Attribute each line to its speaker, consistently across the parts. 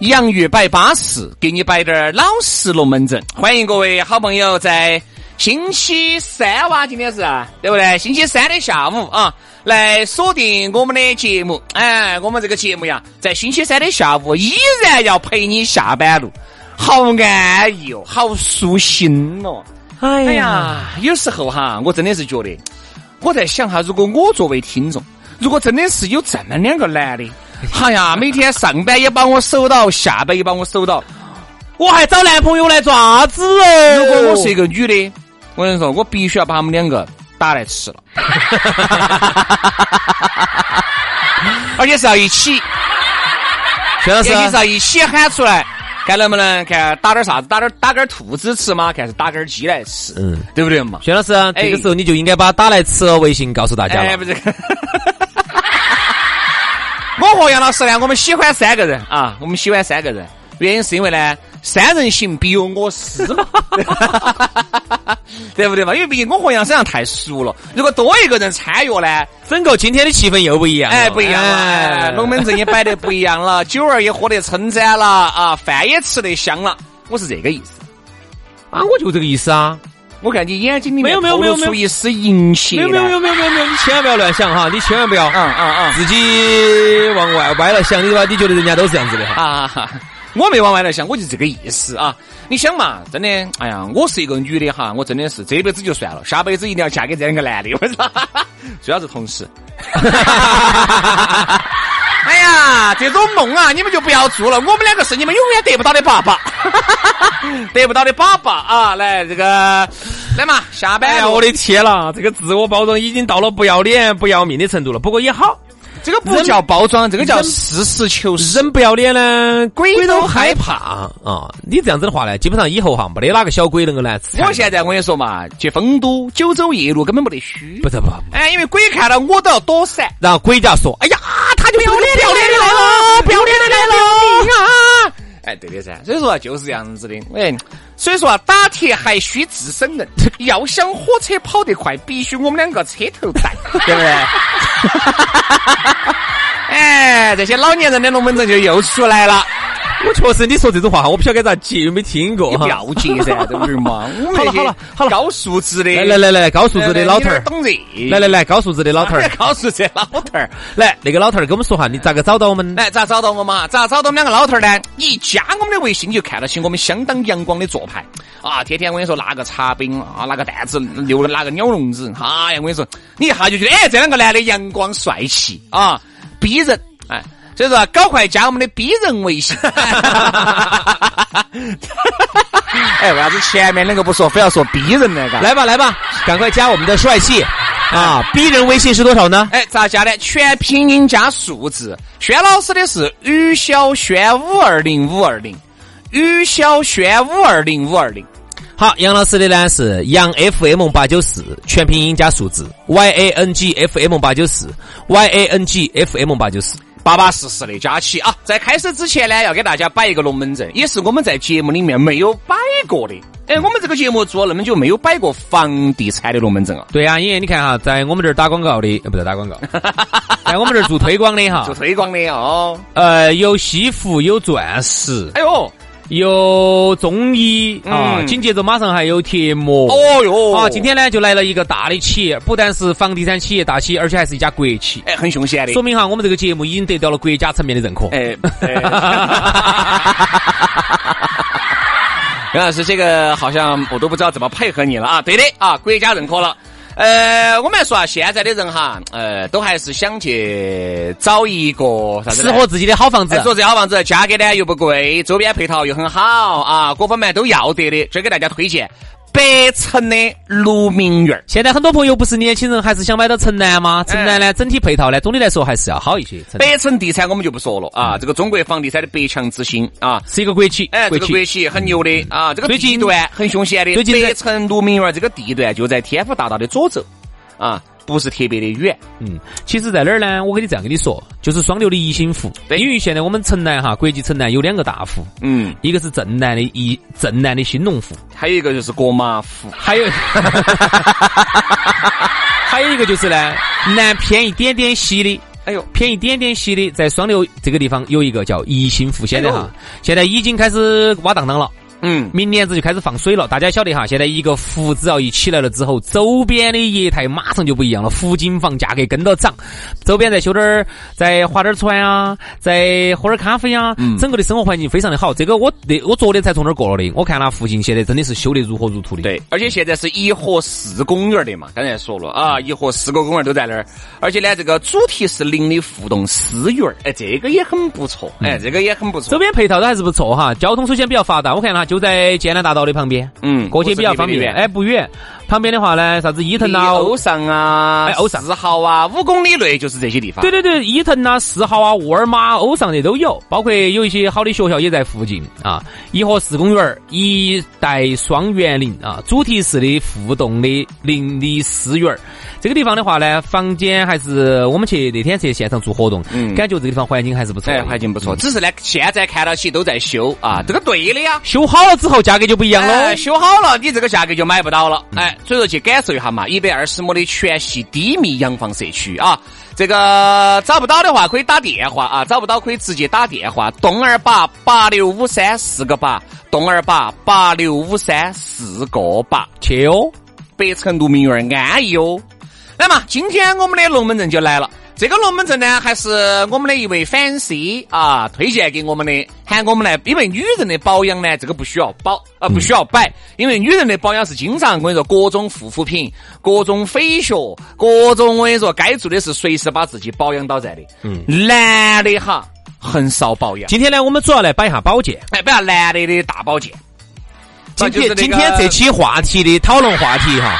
Speaker 1: 洋芋摆巴适，给你摆点儿老实龙门阵。欢迎各位好朋友在星期三哇，今天是啊对不对？星期三的下午啊，来锁定我们的节目。哎，我们这个节目呀，在星期三的下午依然要陪你下班路，好安逸哦，好舒心哦。哎呀，有时候哈，我真的是觉得，我在想哈，如果我作为听众，如果真的是有这么两个男的，哎呀，每天上班也把我守到，下班也把我守到，我还找男朋友来做啥子哦？如果我是一个女的，我跟你说，我必须要把他们两个打来吃了， 而且是要一起，
Speaker 2: 薛老
Speaker 1: 而
Speaker 2: 师，
Speaker 1: 且是要一起喊出来。看能不能看打点啥子，打点打根兔子吃嘛？看是打根鸡来吃，嗯，对不对嘛？
Speaker 2: 薛老师，这个时候你就应该把打来吃微信告诉大家
Speaker 1: 哎，
Speaker 2: 了
Speaker 1: 不。是。 我和杨老师呢，我们喜欢三个人啊，我们喜欢三个人，原因是因为呢，三人行必有我师嘛， 对不对嘛？因为毕竟我和杨身上太熟了，如果多一个人参与呢，
Speaker 2: 整个今天的气氛又不一样了，
Speaker 1: 哎，不一样了，哎龙门阵也摆得不一样了，酒儿也喝得撑展了啊，饭也吃得香了，我是这个意思。
Speaker 2: 啊，我就这个意思啊。
Speaker 1: 我看你眼睛里
Speaker 2: 没
Speaker 1: 面
Speaker 2: 有没有
Speaker 1: 透
Speaker 2: 没有
Speaker 1: 露
Speaker 2: 没有
Speaker 1: 出一丝淫邪
Speaker 2: 没
Speaker 1: 来，
Speaker 2: 有没有没有没有没有没有，你千万不要乱想哈，你千万不要
Speaker 1: 嗯，嗯嗯。
Speaker 2: 自己往外歪了想，你吧，你觉得人家都是这样子的哈。
Speaker 1: 啊，我没往歪了想，我就这个意思啊。你想嘛，真的，哎呀，我是一个女的哈，我真的是这辈子就算了，下辈子一定要嫁给这两个男的。我操， 主要是同事。 哎呀，这种梦啊，你们就不要做了。我们两个是你们永远得不到的爸爸， 得不到的爸爸啊！来，这个来嘛，下班
Speaker 2: 哎呀，
Speaker 1: 了。
Speaker 2: 我的天啦，这个自我包装已经到了不要脸、不要命的程度了。不过也好，
Speaker 1: 这个不
Speaker 2: 人
Speaker 1: 叫包装，这个叫
Speaker 2: 人
Speaker 1: 实事求是。
Speaker 2: 人不要脸呢，
Speaker 1: 鬼
Speaker 2: 鬼
Speaker 1: 都
Speaker 2: 都害
Speaker 1: 害
Speaker 2: 怕啊、你这样子的话呢，基本上以后哈，没得哪个小鬼能够来吃。
Speaker 1: 我现在我跟你说嘛，去丰都九州夜路根本没得虚。
Speaker 2: 不是不，
Speaker 1: 哎，因为鬼看到我都要躲闪。
Speaker 2: 然后鬼家说，哎呀，他就不要脸
Speaker 1: 不要脸的来
Speaker 2: 了，不要脸的来了。
Speaker 1: 啊！哎，对的噻，所以说啊，就是这样子的。哎，所以说啊，打铁还需自身硬，要想火车跑得快，必须我们两个车头带， 对不对？哎，这些老年人的龙门阵就又出来了，
Speaker 2: 我确实，你说这种话哈，我不晓得该咋接，没听过
Speaker 1: 你
Speaker 2: 哈
Speaker 1: 不。要急噻，对不对嘛？我
Speaker 2: 哦
Speaker 1: 们
Speaker 2: 好了
Speaker 1: 这些
Speaker 2: 好了好了
Speaker 1: 高素质的，呃
Speaker 2: 来来来来，高素质的老头
Speaker 1: 你哪
Speaker 2: 儿，
Speaker 1: 懂这，
Speaker 2: 来来来，高素质的老头儿，
Speaker 1: 高素质老头儿。
Speaker 2: 来，那个老头儿给我们说哈，你咋个找到我们？
Speaker 1: 来，咋找到我们啊？咋找到我们两个老头儿呢？你一加我们的微信，你就看得起我们相当阳光的做派啊！天天我跟你说，拿个茶饼啊，拿个担子，留了拿个鸟笼子，哎呀，我跟你说，你一下就觉得，哎，这两个男的阳光帅气啊，逼人，哎。所以说啊，搞快加我们的逼人微信。哎，为啥子前面那个不说，非要说逼人呢？嘎，
Speaker 2: 来吧来吧，赶快加我们的帅气啊！逼人微信是多少呢？
Speaker 1: 哎，咋加的？全拼音加数字。轩老师的是于小轩五二零五二零，于小轩五二零五二零。
Speaker 2: 好，杨老师的呢是杨 FM 八九四，全拼音加数字 Y A N G F M 八九四 Y A N G F M 八九四。
Speaker 1: 巴巴适适的加起啊！在开始之前呢，要给大家摆一个龙门阵，也是我们在节目里面没有摆过的。哎，我们这个节目做了那么久，没有摆过房地产的龙门阵啊，
Speaker 2: 对啊，因为你看哈，在我们这儿打广告的，呃不是打广 告，在我们这儿做推广的哈
Speaker 1: 做，推广的哦。
Speaker 2: 呃，有西服，有钻石，
Speaker 1: 哎呦，
Speaker 2: 有中医啊，
Speaker 1: 嗯
Speaker 2: 紧接着马上还有贴膜。
Speaker 1: 哦哟，
Speaker 2: 啊，今天呢就来了一个大的企业，不但是房地产企业大企业，而且还是一家国企。
Speaker 1: 哎很凶险的，
Speaker 2: 说明哈，我们这个节目已经得到了国家层面的认可。
Speaker 1: 哎，哎袁老师，这个好像我都不知道怎么配合你了啊！对的啊，国家认可了。呃，我们来说啊，现在的人哈，呃，都还是想去找一个啥子
Speaker 2: 适
Speaker 1: 呢
Speaker 2: 合自己的好房子啊
Speaker 1: 哎，说这好房子，价格呢又不贵，周边配套又很好啊，各方面都要得的。这给大家推荐北城的鹿鸣园儿。
Speaker 2: 现在很多朋友不是年轻人，还是想买到城南
Speaker 1: 哎
Speaker 2: 吗？城南呢，整体配套呢，总的来说还是要好一些。城南
Speaker 1: 北城地产我们就不说了啊，这个中国房地产的百强之星啊，
Speaker 2: 是一个国企，
Speaker 1: 哎，这个
Speaker 2: 国
Speaker 1: 国
Speaker 2: 企。
Speaker 1: 企很牛的啊，这
Speaker 2: 嗯
Speaker 1: 个
Speaker 2: 最
Speaker 1: 地
Speaker 2: 近
Speaker 1: 段很凶险的。
Speaker 2: 最近在
Speaker 1: 北城鹿鸣园这个地段就在天府大道的左侧啊，不是特别的远。
Speaker 2: 嗯，其实在哪儿呢？我跟你这样跟你说，就是双流的宜兴湖。
Speaker 1: 对
Speaker 2: 因为现在我们城南哈，国际城南有两个大湖，
Speaker 1: 嗯，
Speaker 2: 一个是正南的宜，正南的兴隆湖，
Speaker 1: 还有一个就是国马湖，
Speaker 2: 还有，还有一个就是呢，南偏一点点西的。哎呦，偏一点点西的，在双流这个地方有一个叫宜兴湖，现在哈，现在已经开始挖荡荡了。
Speaker 1: 嗯，
Speaker 2: 明年子就开始放水了，大家晓得哈，现在一个湖只要一起来了之后，周边的业态马上就不一样了，湖景房价格跟着涨，周边再修点儿，再划点儿船啊，再喝点儿咖啡啊，
Speaker 1: 嗯
Speaker 2: 整个的生活环境非常的好。这个我那我昨天才从那儿过了的，我看那附近现在真的是修得如火如荼的。，
Speaker 1: 对，而且现在是一河四公园的嘛，刚才说了啊，一河四个公园都在那儿，而且呢，这个主题是零的互动私园儿，哎，这个也很不错，哎，这个也很不错
Speaker 2: 周，嗯边配套都还是不错哈，交通首先比较发达，我看哈就在建南大道的旁边，
Speaker 1: 嗯
Speaker 2: 过去比较方便，哎，不远。旁边的话呢，啥子伊藤
Speaker 1: 离
Speaker 2: 啊，
Speaker 1: 欧尚啊，
Speaker 2: 哎欧尚
Speaker 1: 四号啊，五公里内就是这些地方。
Speaker 2: 对对对，伊藤呐、四号啊、沃尔玛、欧尚的都有，包括有一些好的学校也在附近啊。颐和四公园儿一带双园林啊，主题式的互动的邻里私园儿。这个地方的话呢，房间还是我们去那天去现场做活动，
Speaker 1: 嗯
Speaker 2: 感觉这个地方环境还是不错的，嗯
Speaker 1: 哎，环境不错，只是呢，现在看到起都在修啊，这个对的呀。
Speaker 2: 修好了之后价格就不一样喽。
Speaker 1: 哎，修好了，你这个价格就买不到了。哎，所以说去感受一下嘛，一百二十亩的全系低密洋房社区啊。这个找不到的话可以打电话啊，找不到可以直接打电话，东二八八六五三四个八，东二八八六五三四个八，
Speaker 2: 去哦，
Speaker 1: 北城鹿鸣园安逸哦。来嘛，今天我们的龙门阵就来了。这个龙门阵呢，还是我们的一位 fans 啊推荐给我们的，喊我们来，因为女人的保养呢，这个不需要保啊、
Speaker 2: 嗯
Speaker 1: 不需要摆，因为女人的保养是经常我跟你说，各种护肤品、各种飞雪、各种我跟你说，该做的是随时把自己保养到在的。嗯，男的哈很少保养，
Speaker 2: 今天呢，我们主要来摆一下保健。
Speaker 1: 哎，不要男的的大保健。
Speaker 2: 今
Speaker 1: 就
Speaker 2: 天
Speaker 1: 是那个
Speaker 2: 今天这期话题的讨论话题哈，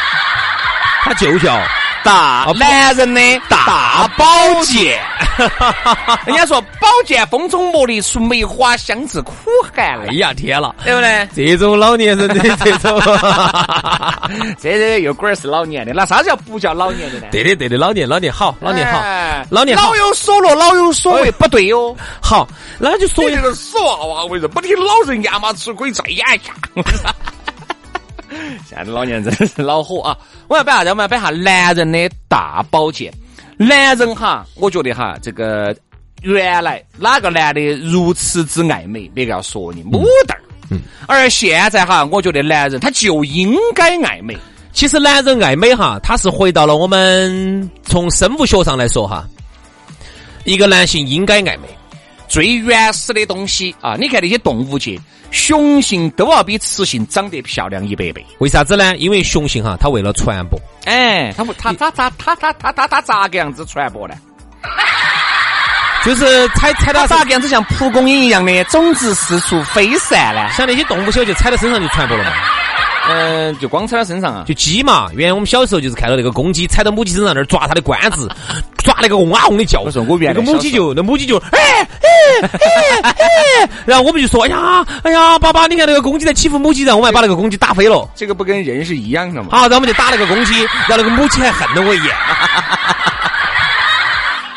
Speaker 2: 它就叫
Speaker 1: 大
Speaker 2: 不
Speaker 1: 男人的大保健。人家说宝剑锋中磨砺出梅花香自苦寒
Speaker 2: 哎
Speaker 1: 来，
Speaker 2: 呀天了。
Speaker 1: 对不对？
Speaker 2: 这 种老年人的这种，
Speaker 1: 这这又龟儿是老年的，那啥叫不叫老年的呢？
Speaker 2: 对的对的，老年老年好，老年好
Speaker 1: 哎
Speaker 2: 老年好哎
Speaker 1: 老有所乐，老有所为，不对哟。
Speaker 2: 好，那就说
Speaker 1: 你
Speaker 2: 一
Speaker 1: 这个死娃娃，我跟你说，不听老人家嘛，吃亏再演一下。 现在老年人真是恼火啊！我要摆啥子？我们要摆下男人的大保健。男人哈，我觉得哈，这个原来哪个男的如此之爱美，别个要说你母蛋儿。而现在哈，我觉得男人他就应该爱美。
Speaker 2: 其实男人爱美哈，他是回到了我们从生物学上来说哈，一个男性应该爱美。
Speaker 1: 最原始的东西啊！你看那些动物界，雄性都要比雌性长得漂亮一百倍。
Speaker 2: 为啥子呢？因为雄性哈，它为了传播，
Speaker 1: 哎，他不他他他他他他他他咋个样子传播呢？
Speaker 2: 就是踩踩到
Speaker 1: 他
Speaker 2: 啥
Speaker 1: 咋个样子像蒲公英一样的种子四处飞散呢？
Speaker 2: 像那些动物小就踩到身上就传播了嘛，
Speaker 1: 嗯、就光踩到身上啊。
Speaker 2: 就鸡嘛。原来我们小时候就是看到那个公鸡踩到母鸡身上那儿抓它的冠子，抓那个嗡啊嗡的叫。
Speaker 1: 我说我原来
Speaker 2: 那个母
Speaker 1: 小
Speaker 2: 鸡
Speaker 1: 时
Speaker 2: 就那母鸡就哎哎哎哎，然后我们就说哎呀哎呀，爸爸你看那个公鸡在欺负母鸡，然后我们还把那个公鸡打飞了。
Speaker 1: 这个不跟人是一样的吗？
Speaker 2: 好，然后我们就打那个公鸡，然后那个母鸡还恨了我一眼。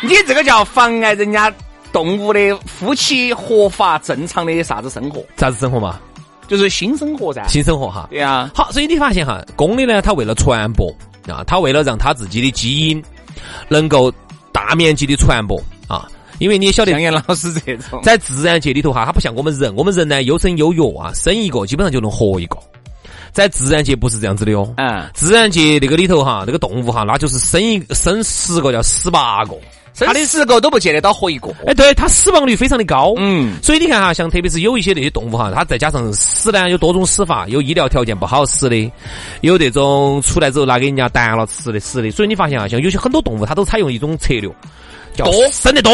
Speaker 1: 你这个叫妨碍人家动物的夫妻合法正常的啥子生活，
Speaker 2: 啥子生活嘛？
Speaker 1: 就是新生活噻。
Speaker 2: 新生活哈。
Speaker 1: 对啊，
Speaker 2: 好，所以你发现哈，公的呢，它为了传播啊，它为了让它自己的基因能够大面积的传播啊，因为你也晓得
Speaker 1: 像，严老师这种，
Speaker 2: 在自然界里头哈，它不像我们人，我们人呢又生又弱啊，生一个基本上就能活一个。在自然界不是这样子的哦，
Speaker 1: 嗯，
Speaker 2: 自然界那个里头哈，那个动物哈，那就是生一生十个叫死八个，
Speaker 1: 生十个都不见得到活一个。
Speaker 2: 哎，对，它死亡率非常的高。
Speaker 1: 嗯，
Speaker 2: 所以你看哈，像特别是有一些那些动物哈，它再加上死呢，有多种死法，有医疗条件不好死的，有那种出来之后拿给人家弹了吃的死的。所以你发现啊，像有些很多动物它都采用一种策略，叫
Speaker 1: 多
Speaker 2: 生的多，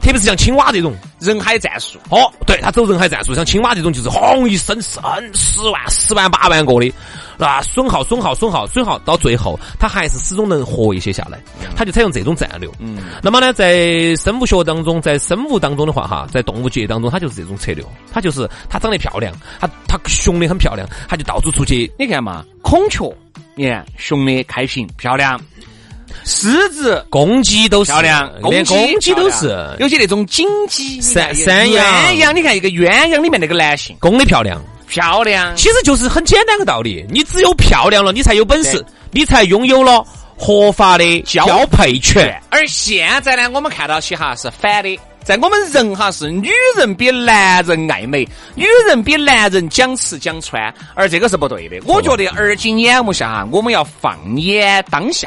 Speaker 2: 特别是像青蛙这种，
Speaker 1: 人海战术，
Speaker 2: 哦，对，它走人海战术，像青蛙这种就是轰一声生十万、十万、八万个的，啊，损耗、损耗、损耗、损耗，到最后它还是始终能活一些下来，
Speaker 1: 嗯
Speaker 2: 它就采用这种战略。嗯，那么呢，在生物学当中，在生物当中的话，哈，在动物界当中，它就是这种策略，它就是它长得漂亮，它它雄的很漂亮，它就到处出去。
Speaker 1: 你看嘛，孔雀，你看雄的开屏漂亮，狮子
Speaker 2: 公鸡都是
Speaker 1: 漂亮，
Speaker 2: 连
Speaker 1: 公
Speaker 2: 公鸡
Speaker 1: 漂
Speaker 2: 都
Speaker 1: 亮
Speaker 2: 是
Speaker 1: 有些那种金鸡、
Speaker 2: 山
Speaker 1: 三
Speaker 2: 山
Speaker 1: 鸯、
Speaker 2: 羊
Speaker 1: 鸳鸯，你看一个鸳鸯里面那个男性
Speaker 2: 公的漂亮，
Speaker 1: 漂亮，
Speaker 2: 其实就是很简单个道理，你只有漂亮了，你才有本事
Speaker 1: 对，
Speaker 2: 你才拥有了合法的交配权。
Speaker 1: 而现在呢，我们看到起哈是反的，在我们人哈是女人比男人爱美，女人比男人讲吃讲穿，而这个是不对的。我觉得而今眼目下哈，我们要放眼当下。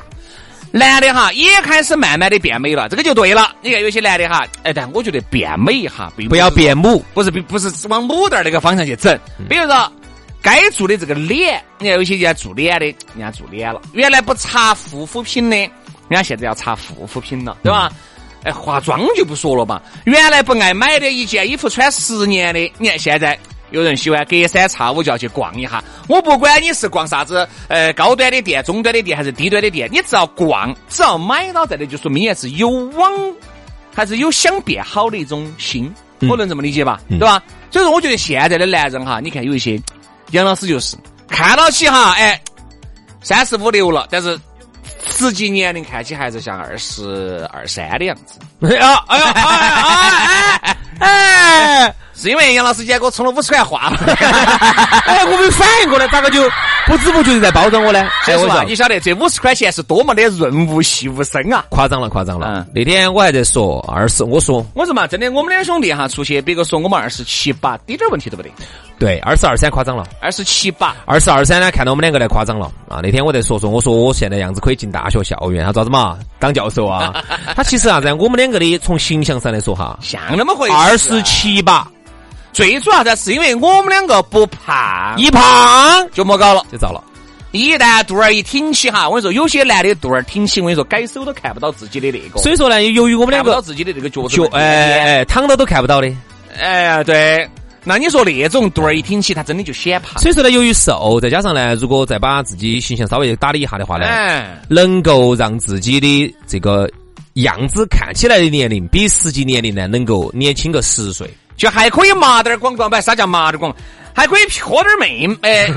Speaker 1: 男的哈也开始慢慢的变美了，这个就对了。你看有些男的哈，哎，但我觉得变美哈，并
Speaker 2: 不
Speaker 1: 是
Speaker 2: 要
Speaker 1: 说
Speaker 2: 变母，
Speaker 1: 不是不不是往牡丹儿那个方向去整。比如说，该做的这个脸，你看有些人家做脸的，人家做脸了，原来不擦护肤品的，人家现在要擦护肤品了，对吧？哎，化妆就不说了吧，原来不爱买的一件衣服穿十年的，你看现在。有人喜欢隔三差五就要去逛一下，我不管你是逛啥子，呃，高端的店、中端的店还是低端的店，你只要逛，只要买到这里，就说明也是有往还是有想变好的一种心，
Speaker 2: 嗯
Speaker 1: 我能这么理解吧？对吧？所以说，我觉得现在的男人哈，你看有一些杨老师就是看到起哈，哎，三十五六了，但是实际年龄看起还是像二十二三的样子。
Speaker 2: 哎呀，哎呀， 哎哎哎哎！
Speaker 1: 是因为杨老师今天给我充了五十块话 了，
Speaker 2: 哎，我没反应过来，咋个就不知不觉的在包装我呢？
Speaker 1: 所以说啊，
Speaker 2: 哎
Speaker 1: 你晓得这五十块钱是多么的润物细无声啊！
Speaker 2: 夸张了，夸张了
Speaker 1: 嗯。
Speaker 2: 那天我还在说二十，我说
Speaker 1: 我说嘛，真的，我们两兄弟哈出去，别个说我们二十七八，滴点儿问题都不得，
Speaker 2: 对二十二三夸张了，
Speaker 1: 二十七八，
Speaker 2: 二十二三呢，看到我们两个来夸张了啊。那天我在说说，我说我现在样子可以进大学校园，他咋子嘛？当教授啊？ 他其实啊，在我们两个的从形象上来说哈，
Speaker 1: 像那么回事啊
Speaker 2: 二十七八，
Speaker 1: 最主要的是因为我们两个不胖，
Speaker 2: 一胖
Speaker 1: 就莫搞了。
Speaker 2: 就遭了。
Speaker 1: 一旦肚儿一挺起哈，我跟你说，有些男的肚儿挺起，我跟你说，改手都看不到自己的那个，
Speaker 2: 所以说呢，由于我们
Speaker 1: 看
Speaker 2: 两
Speaker 1: 不到
Speaker 2: 个
Speaker 1: 自己的那个脚趾
Speaker 2: 就
Speaker 1: 头。
Speaker 2: 哎哎躺到都看不到的，
Speaker 1: 哎，对。那你说那种肚儿一挺起，他真的就显胖。
Speaker 2: 所以说呢，由于瘦，再加上呢，如果再把自己形象稍微打理一下的话呢，
Speaker 1: 哎，
Speaker 2: 能够让自己的这个样子看起来的年龄比实际年龄呢能够年轻个十岁。
Speaker 1: 就还可以麻点儿广告，不，啥叫麻点儿广告？还可以泼点儿妹，哎，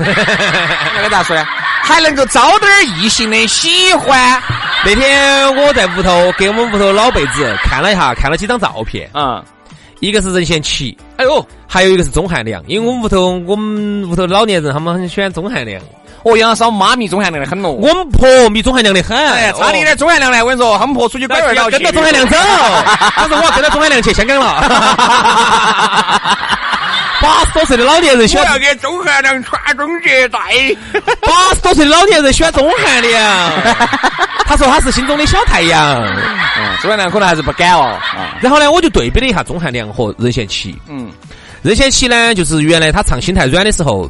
Speaker 1: 那个咋说呢？还能够招点儿异性的喜欢。
Speaker 2: 那天我在屋头给我们屋头老辈子看了一下，看了几张照片，
Speaker 1: 嗯，
Speaker 2: 一个是任贤齐，
Speaker 1: 哎呦，
Speaker 2: 还有一个是钟汉良，因为我们屋头我们屋头老年人他们很喜欢钟汉良，
Speaker 1: 哦，杨嫂妈咪中含量的很哦。
Speaker 2: 我们婆比钟汉良的很，
Speaker 1: 哎，差你
Speaker 2: 哦
Speaker 1: 点中含量呢，我跟你说，他们婆出去拐弯儿
Speaker 2: 要跟
Speaker 1: 绕去
Speaker 2: 着钟汉良走，他说我要跟着钟汉良去香港了。八十多岁的老年人喜
Speaker 1: 我
Speaker 2: 欢
Speaker 1: 要给钟汉良传宗接代。
Speaker 2: 八十多岁的老年人喜欢钟汉良，他说他是心中的小太阳。
Speaker 1: 钟汉良可能还是不敢哦。啊，
Speaker 2: 然后呢，我就对比了一下钟汉良和任贤齐。
Speaker 1: 嗯，
Speaker 2: 任贤齐呢，就是原来他唱《心太软》的时候，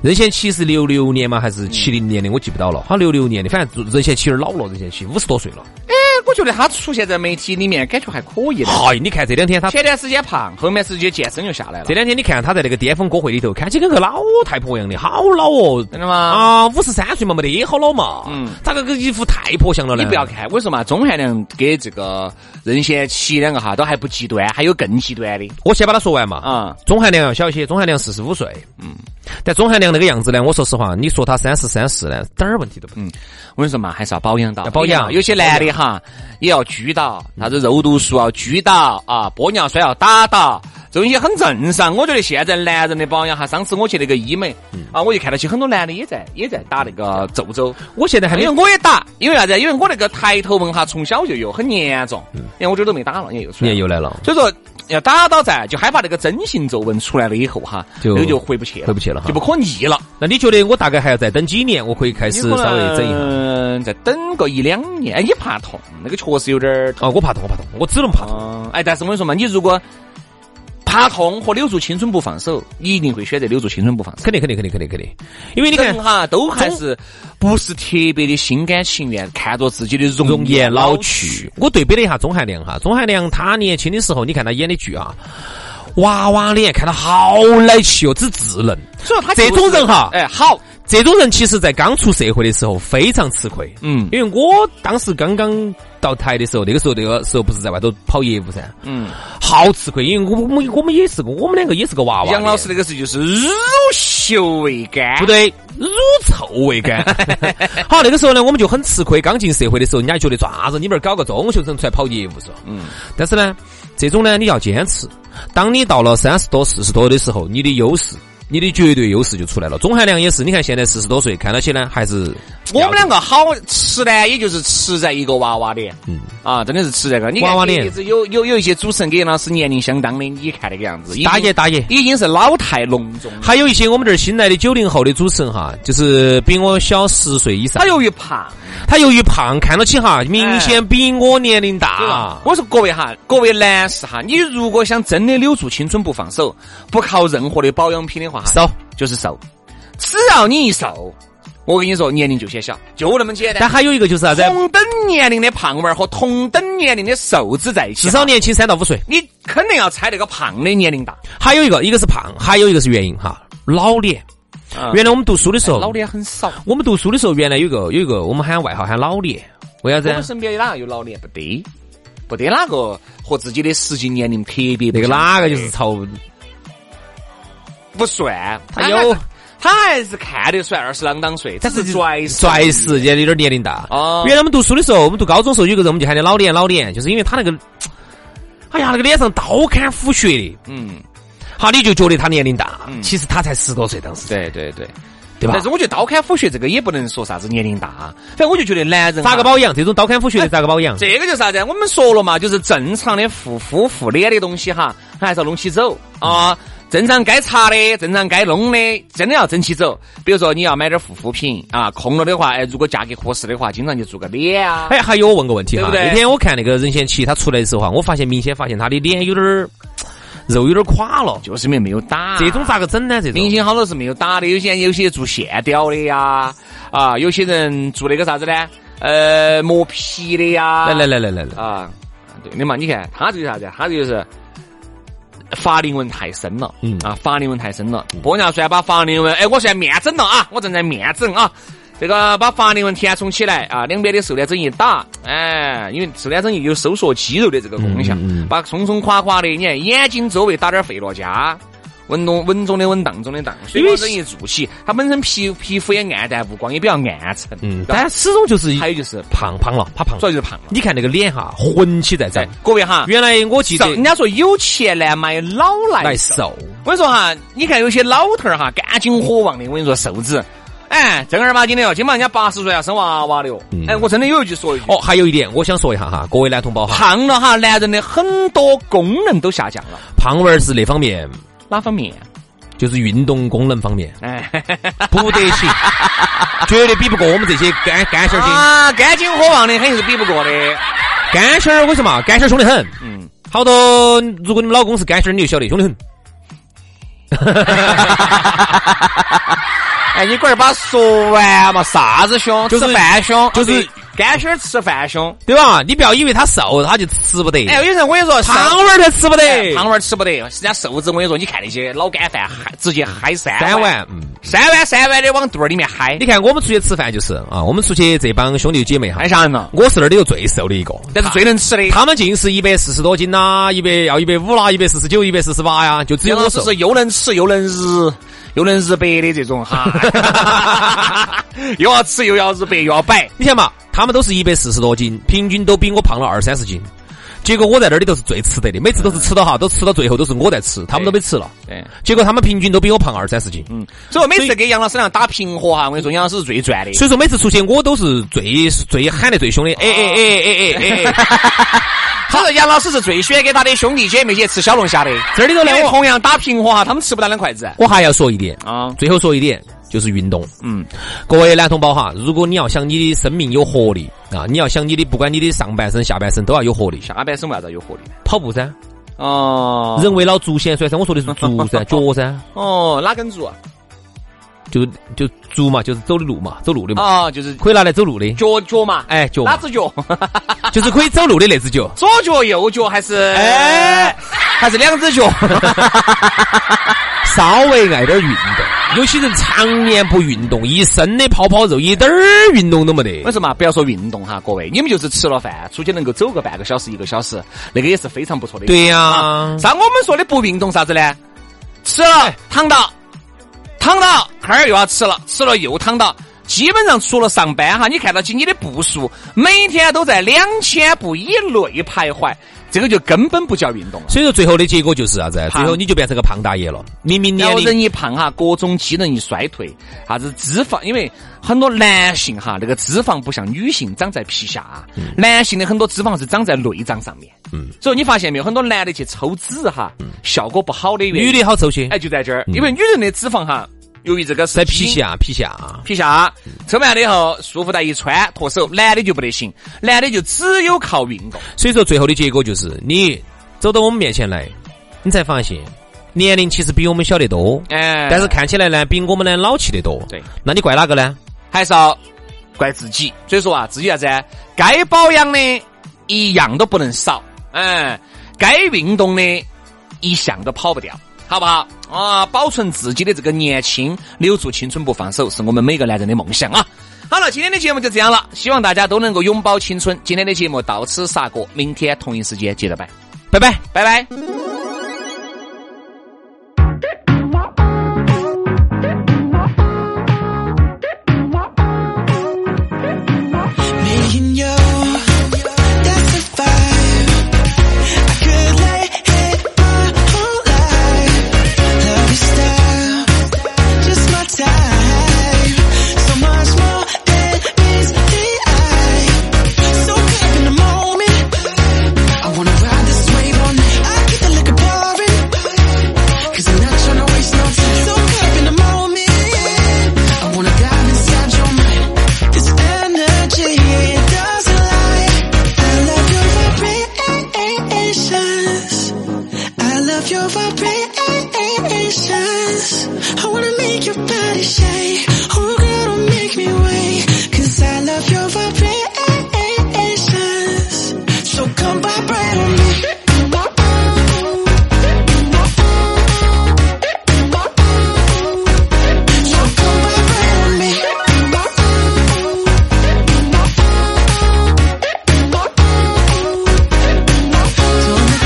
Speaker 2: 任贤齐是六六年嘛，还是七零年的，我记不到了。好像六六年的，反正任贤齐有点老了，任贤齐五十多岁了。
Speaker 1: 哎，我觉得他出现在媒体里面感觉还可以的。
Speaker 2: 嗨，你看这两天他。
Speaker 1: 前段时间胖，后面直接健身就下来了
Speaker 2: 这。两天你看他在那个巅峰歌会里头，看起跟个老太婆一样的，好老哦！
Speaker 1: 真的吗？
Speaker 2: 啊，五十三岁嘛，没得好老嘛。
Speaker 1: 嗯
Speaker 2: 咋个跟一副太婆像了呢？
Speaker 1: 你不要看，我说嘛，钟汉良跟这个任贤齐两个哈都还不极端，还有更极端的
Speaker 2: 我先把它说完嘛。
Speaker 1: 啊。
Speaker 2: 钟汉良要小些，钟汉良四十五岁，嗯，但钟汉良那个样子呢，我说实话，你说他三十三四呢，点儿问题都
Speaker 1: 嗯
Speaker 2: 没有。
Speaker 1: 我跟你说嘛，还是要保养到
Speaker 2: 要保养
Speaker 1: 有些男的哈也要居到，啥子肉毒素要居到啊，玻尿酸要打到，这东西很正常。我觉得现在男人的保养哈，上次我去那个医美、
Speaker 2: 嗯
Speaker 1: 啊，我就看到起很多男的也在也在打那个皱皱。
Speaker 2: 我现在还没
Speaker 1: 因
Speaker 2: 有，
Speaker 1: 为我也打，因为啥子？因为我那个抬头纹哈，从小就有，很严重。
Speaker 2: 嗯
Speaker 1: 你看我这儿都没打了，你看又出来了。
Speaker 2: 来了，
Speaker 1: 所以说要打到在，就害怕那个真性皱纹出来了以后哈，
Speaker 2: 就
Speaker 1: 那个就回不去了，
Speaker 2: 回不去了哈
Speaker 1: 就不可逆了。
Speaker 2: 那你觉得我大概还要再等几年，我可以开始稍微整一下？
Speaker 1: 下，再等个一两年，哎你怕痛，那个确实有点儿痛。
Speaker 2: 哦，我怕痛，我怕痛，我只能怕痛。
Speaker 1: 嗯，哎，但是我跟你说嘛，你如果怕痛和留住青春不放手，你一定会选择留住青春不放手。
Speaker 2: 肯定，肯定，肯定，肯定，肯定，因为你看
Speaker 1: 人，哈，都还是不是特别的心甘情愿看着自己的容
Speaker 2: 容
Speaker 1: 颜
Speaker 2: 颜
Speaker 1: 老
Speaker 2: 老
Speaker 1: 去
Speaker 2: 去。。我对比了一下钟汉良哈，钟汉良他年轻的时候，你看他演的剧啊，娃娃脸看他好奶气哦，之稚嫩。
Speaker 1: 所以他
Speaker 2: 这种人哈
Speaker 1: 哎，好，
Speaker 2: 这种人其实，在刚出社会的时候非常吃亏，
Speaker 1: 嗯
Speaker 2: 因为我当时刚刚到台的时候，那个时候那个时候不是在外头跑业务噻，
Speaker 1: 嗯，
Speaker 2: 好吃亏，因为我们我们也是个，我们两个也是个娃娃脸。
Speaker 1: 杨老师那个是就是乳臭未干，
Speaker 2: 不对，乳臭未干。好，那个时候呢，我们就很吃亏。刚进社会的时候，人家觉得做啥子，你们儿搞个中学生出来跑业务是吧？嗯。但是呢，这种呢，你要坚持。当你到了三十多、四十多的时候，你的优势。你的绝对优势就出来了。钟汉良也是，你看现在四十多岁，看到起呢还是
Speaker 1: 我们两个好吃呢，也就是吃在一个娃娃脸，嗯啊，真的是吃在一个你看
Speaker 2: 娃娃脸
Speaker 1: 一直有有有一些主持人跟杨老师年龄相当的，你看那个样子，已经
Speaker 2: 打野打野
Speaker 1: 已经是老态龙钟了。
Speaker 2: 还有一些我们这儿新来的九零后的主持人哈，就是比我小十岁以上
Speaker 1: 他。由于胖，
Speaker 2: 他由于胖，看到起哈，明显比我年龄大。
Speaker 1: 我说各位哈，各位男士哈，你如果想真的留住青春不放手，不靠任何的保养品的话，
Speaker 2: 少，
Speaker 1: 就是瘦。只要你一瘦，我跟你说，年龄就显小，就那么简单
Speaker 2: 但。还有一个就是啥子？
Speaker 1: 同等年龄的胖娃儿和同等年龄的瘦子在一起，
Speaker 2: 至少年轻三到五岁。
Speaker 1: 你肯定要猜那个胖的年龄大。
Speaker 2: 还有一个，一个是胖，还有一个是原因哈，老脸。
Speaker 1: 嗯
Speaker 2: 原来我们读书的时候，
Speaker 1: 老脸很少，
Speaker 2: 我们读书的时候，原来有一个有一个，我们喊外号喊老脸，为啥
Speaker 1: 我们
Speaker 2: 子？
Speaker 1: 身边有哪个有老脸？不得，不得哪个和自己的实际年龄特别不
Speaker 2: 那个
Speaker 1: 相
Speaker 2: 哪个
Speaker 1: 符
Speaker 2: 就是朝
Speaker 1: 不算，
Speaker 2: 他
Speaker 1: 还
Speaker 2: 有
Speaker 1: 是他还是看得出来二十啷当岁，但是拽
Speaker 2: 拽时间有点年龄大。
Speaker 1: 哦
Speaker 2: 原来我们读书的时候，我们读高中的时候，有个人我们就喊他老脸老脸，就是因为他那个，哎呀，那个脸上刀砍斧削的，
Speaker 1: 嗯，
Speaker 2: 好，你就觉得他年龄大，
Speaker 1: 嗯
Speaker 2: 其实他才十多岁当时，
Speaker 1: 对对对。
Speaker 2: 对吧
Speaker 1: 但？是我觉得刀砍斧削这个也不能说啥子年龄大，反正我就觉得男人啊
Speaker 2: 咋个保养？这种刀砍斧
Speaker 1: 哎
Speaker 2: 削的咋个保养？
Speaker 1: 这个就是啥子？我们说了嘛，就是正常的护肤护脸的东西哈，还是要弄起走啊。正常该擦的，正常该弄的，真的要整起走。比如说你要买点护肤品啊，空了的话，哎，如果价格合适的话，经常就做个脸啊。
Speaker 2: 哎，还有我问个问题哈，
Speaker 1: 对不对
Speaker 2: 那天我看那个任贤齐他出来的时候哈，我发现明显发现他的脸有点儿肉有点儿垮了，
Speaker 1: 就是因为没有打
Speaker 2: 这种咋个整呢？这种
Speaker 1: 啊明星好多是没有打的，有些人有些做线雕的呀，啊，有些人做那个啥子呢？呃，磨皮的呀。
Speaker 2: 来来来来来来，
Speaker 1: 啊，对的嘛，你看他这个啥子？他这就是法令纹太深了，
Speaker 2: 嗯
Speaker 1: 啊，法令纹太深了。玻尿酸把法令纹，哎，我现在面整了啊，我正在面整啊。这个把法令纹填充起来啊，两边的瘦脸针一打，哎，因为瘦脸针有收缩肌肉的这个功效，
Speaker 2: 嗯嗯嗯
Speaker 1: 把松松垮垮的，你看眼睛周围打点费洛嘉，稳中稳中的稳，当中的当，水光针一做起，它本身皮皮肤也暗淡无光，也比较暗沉，
Speaker 2: 嗯，
Speaker 1: 然后
Speaker 2: 但始终就是
Speaker 1: 还有就是
Speaker 2: 胖胖了，怕胖
Speaker 1: 主
Speaker 2: 了。
Speaker 1: 要就是胖了。
Speaker 2: 你看那个脸哈，混起在长
Speaker 1: 哎。，各位哈，
Speaker 2: 原来我记得
Speaker 1: 上人家说有钱难买老来
Speaker 2: 来
Speaker 1: 瘦。
Speaker 2: 瘦，
Speaker 1: 我跟你说哈，你看有些老头儿哈，干劲火旺的，我跟你说瘦子，哎，正儿八经的哦，今晚人家八十岁要生娃娃的哦。哎，我真的有一句说一句，
Speaker 2: 嗯哦，还有一点我想说一下哈，各位男同胞哈，
Speaker 1: 胖了哈，男人的很多功能都下降了，
Speaker 2: 胖娃儿是那方面，
Speaker 1: 哪方面？啊
Speaker 2: 就是运动功能 方面
Speaker 1: 哎，
Speaker 2: 不得行，绝对比不过我们这些干干小儿精。
Speaker 1: 啊，干劲火旺的肯定是比不过的。
Speaker 2: 干小儿为什么？干小儿凶得很，
Speaker 1: 嗯，
Speaker 2: 好多如果你们老公是干小儿，你就晓得凶得很。
Speaker 1: 哎，你龟儿把说完嘛，啥子凶？
Speaker 2: 就是
Speaker 1: 吃饭凶，
Speaker 2: 就是
Speaker 1: 啊对干心儿吃饭凶。
Speaker 2: 对吧？你不要以为他瘦，他就吃不得。
Speaker 1: 哎，有人我跟你说，
Speaker 2: 胖娃儿他吃不
Speaker 1: 哎
Speaker 2: 得，
Speaker 1: 胖娃儿吃不得，人家瘦子我跟你说，你看那些老干饭，嗨直接嗨三
Speaker 2: 三
Speaker 1: 碗。
Speaker 2: 碗。嗯，
Speaker 1: 三碗三碗的往肚儿里面嗨，
Speaker 2: 你看我们出去吃饭就是啊，我们出去这帮兄弟姐妹哈
Speaker 1: 太，吓人了。
Speaker 2: 我是那儿里头最瘦的一个，
Speaker 1: 但是最能吃的，
Speaker 2: 他们尽是一百四十多斤啦，一百要一百五啦，一百四十九、一百四十八呀，就只有
Speaker 1: 杨老
Speaker 2: 我
Speaker 1: 师
Speaker 2: 瘦。
Speaker 1: 是又能吃又能日又能日白的这种哈， 又要吃又要日白又要摆，
Speaker 2: 你想嘛，他们都是一百四十多斤，平均都比我胖了二三十斤。结果我在那里头是最吃得的，每次都是吃到哈，都吃到最后都是我在吃，他们都没吃了。
Speaker 1: 对，
Speaker 2: 结果他们平均都比我胖二三十斤，嗯，
Speaker 1: 所以我每次给杨老师那打平和哈，我跟你说，杨老师是最赚的。
Speaker 2: 所以说每次出现我都是最最喊得最凶的，
Speaker 1: 啊
Speaker 2: 哎哎哎哎哎哎，
Speaker 1: 他说杨老师是最喜欢给他的兄弟姐妹去吃小龙虾的。
Speaker 2: 这里头呢
Speaker 1: 因为
Speaker 2: 我
Speaker 1: 同样打平和哈，他们吃不到两筷子。
Speaker 2: 我还要说一点
Speaker 1: 啊
Speaker 2: 最后说一点就是运动。
Speaker 1: 嗯，
Speaker 2: 各位男同胞哈，如果你要想你的生命有活力啊，你要想你的不管你的上半身、下半身都要有活力，
Speaker 1: 下半身为啥子要有活力呢？
Speaker 2: 跑步噻，
Speaker 1: 哦，
Speaker 2: 人为老足先衰噻，我说的是足 噻，脚噻，
Speaker 1: 哦，哪根柱？
Speaker 2: 就就足嘛，就是走的路嘛，走路的嘛，
Speaker 1: 啊，就是
Speaker 2: 可以拿来走路的，
Speaker 1: 脚脚嘛，
Speaker 2: 嗯哎，脚嘛
Speaker 1: 哪只脚？
Speaker 2: 就是可以走路的那只脚。
Speaker 1: 左脚、右脚还是？
Speaker 2: 哎，
Speaker 1: 还是两只 脚？
Speaker 2: 稍微爱点运动。有些人常年不运动，一身的泡泡肉，一点儿运动都没
Speaker 1: 为
Speaker 2: 得。
Speaker 1: 什么？不要说运动哈，各位，你们就是吃了饭出去能够走个半个小时、一个小时，那个也是非常不错的。，
Speaker 2: 对呀、
Speaker 1: 像我们说的不运动啥子呢？吃了
Speaker 2: 哎
Speaker 1: 躺到，躺到，哈儿又要吃了，吃了又躺到。基本上除了上班哈，你看到起你的步数每天都在两千步以内徘徊，这个就根本不叫运动了。
Speaker 2: 所以说最后的结果就是啥子？最
Speaker 1: 胖
Speaker 2: 后你就变成个胖大爷了。明明
Speaker 1: 然
Speaker 2: 年
Speaker 1: 后
Speaker 2: 龄
Speaker 1: 人一胖哈，各种机能一衰退，啥子脂肪，因为很多男性哈，那个脂肪不像女性长在皮下，啊
Speaker 2: 嗯
Speaker 1: 男性的很多脂肪是长在内脏上面。嗯，所以你发现没有，很多男的去抽脂哈，效果不好的原
Speaker 2: 嗯
Speaker 1: 因，
Speaker 2: 女的好抽些，
Speaker 1: 哎就在这儿，因为女人的脂肪哈，由于这个是
Speaker 2: 在皮。下皮下。啊
Speaker 1: 皮下抽完了以后，束缚带一穿脱手，男的就不得行，男的就只有靠运动。
Speaker 2: 所以说最后的结果就是你走到我们面前来，你才发现年龄其实比我们小得多，
Speaker 1: 哎，
Speaker 2: 但是看起来呢比我们呢老气得多。
Speaker 1: 对，
Speaker 2: 那你怪哪个呢？
Speaker 1: 还是要怪自己。所以说啊，自己啥子？该保养的一样都不能少，嗯，该运动的一项都跑不掉，好不好？啊，保存自己的这个年轻，留住青春不放手，是我们每个男人的梦想啊！好了，今天的节目就这样了，希望大家都能够拥抱青春。今天的节目到此杀过，明天同一时间接着拜，
Speaker 2: 拜拜。
Speaker 1: 拜拜。
Speaker 3: Me and you, that's a vibe. I could lay here my whole life. Love your style, just my type. So much more than meets the eye. So caught up in the moment, I wanna ride this wave all night. I keep the liquor pouring, 'cause I'm not tryna waste no time. So caught up in the moment, I wanna dive inside your mind. This energy it doesn't lie. I love your vibrations. I love your vibrations. I wanna make your body shake. Oh girl, don't make me wait. 'Cause I love your vibrations. So come vibrate on me. So come vibrate on me. Don't look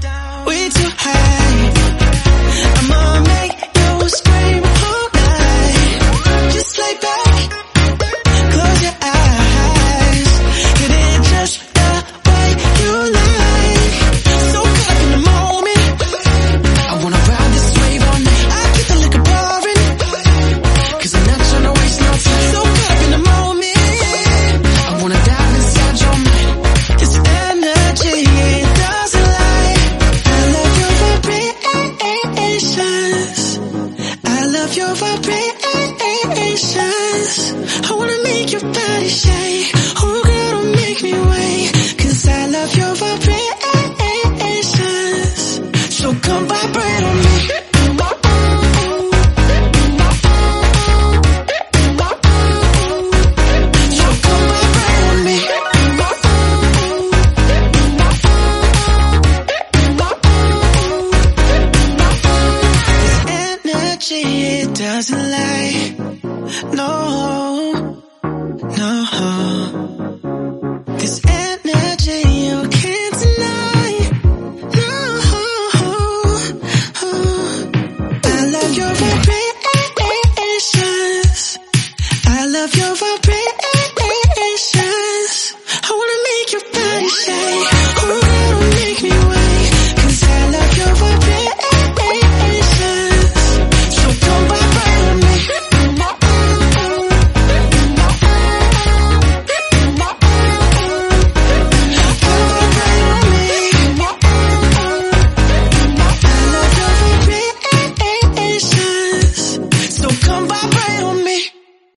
Speaker 3: down, way too high. I'ma make you scream all night. Just lay back, close your eyes. Get it just the way you like. So caught up in the moment, I wanna ride this wave all night. I keep the liquor pouring, 'cause I'm not tryna waste no time. So caught up in the moment, I wanna dive inside your mind. This energy it doesn't lie. I love your vibrations. I love your vibrations. I wanna make your body shake. Oh girl, don't make me wait. 'Cause I love your vibrations. So come vibrate on me. So come vibrate on me. This energy it doesn't lie. No, no. This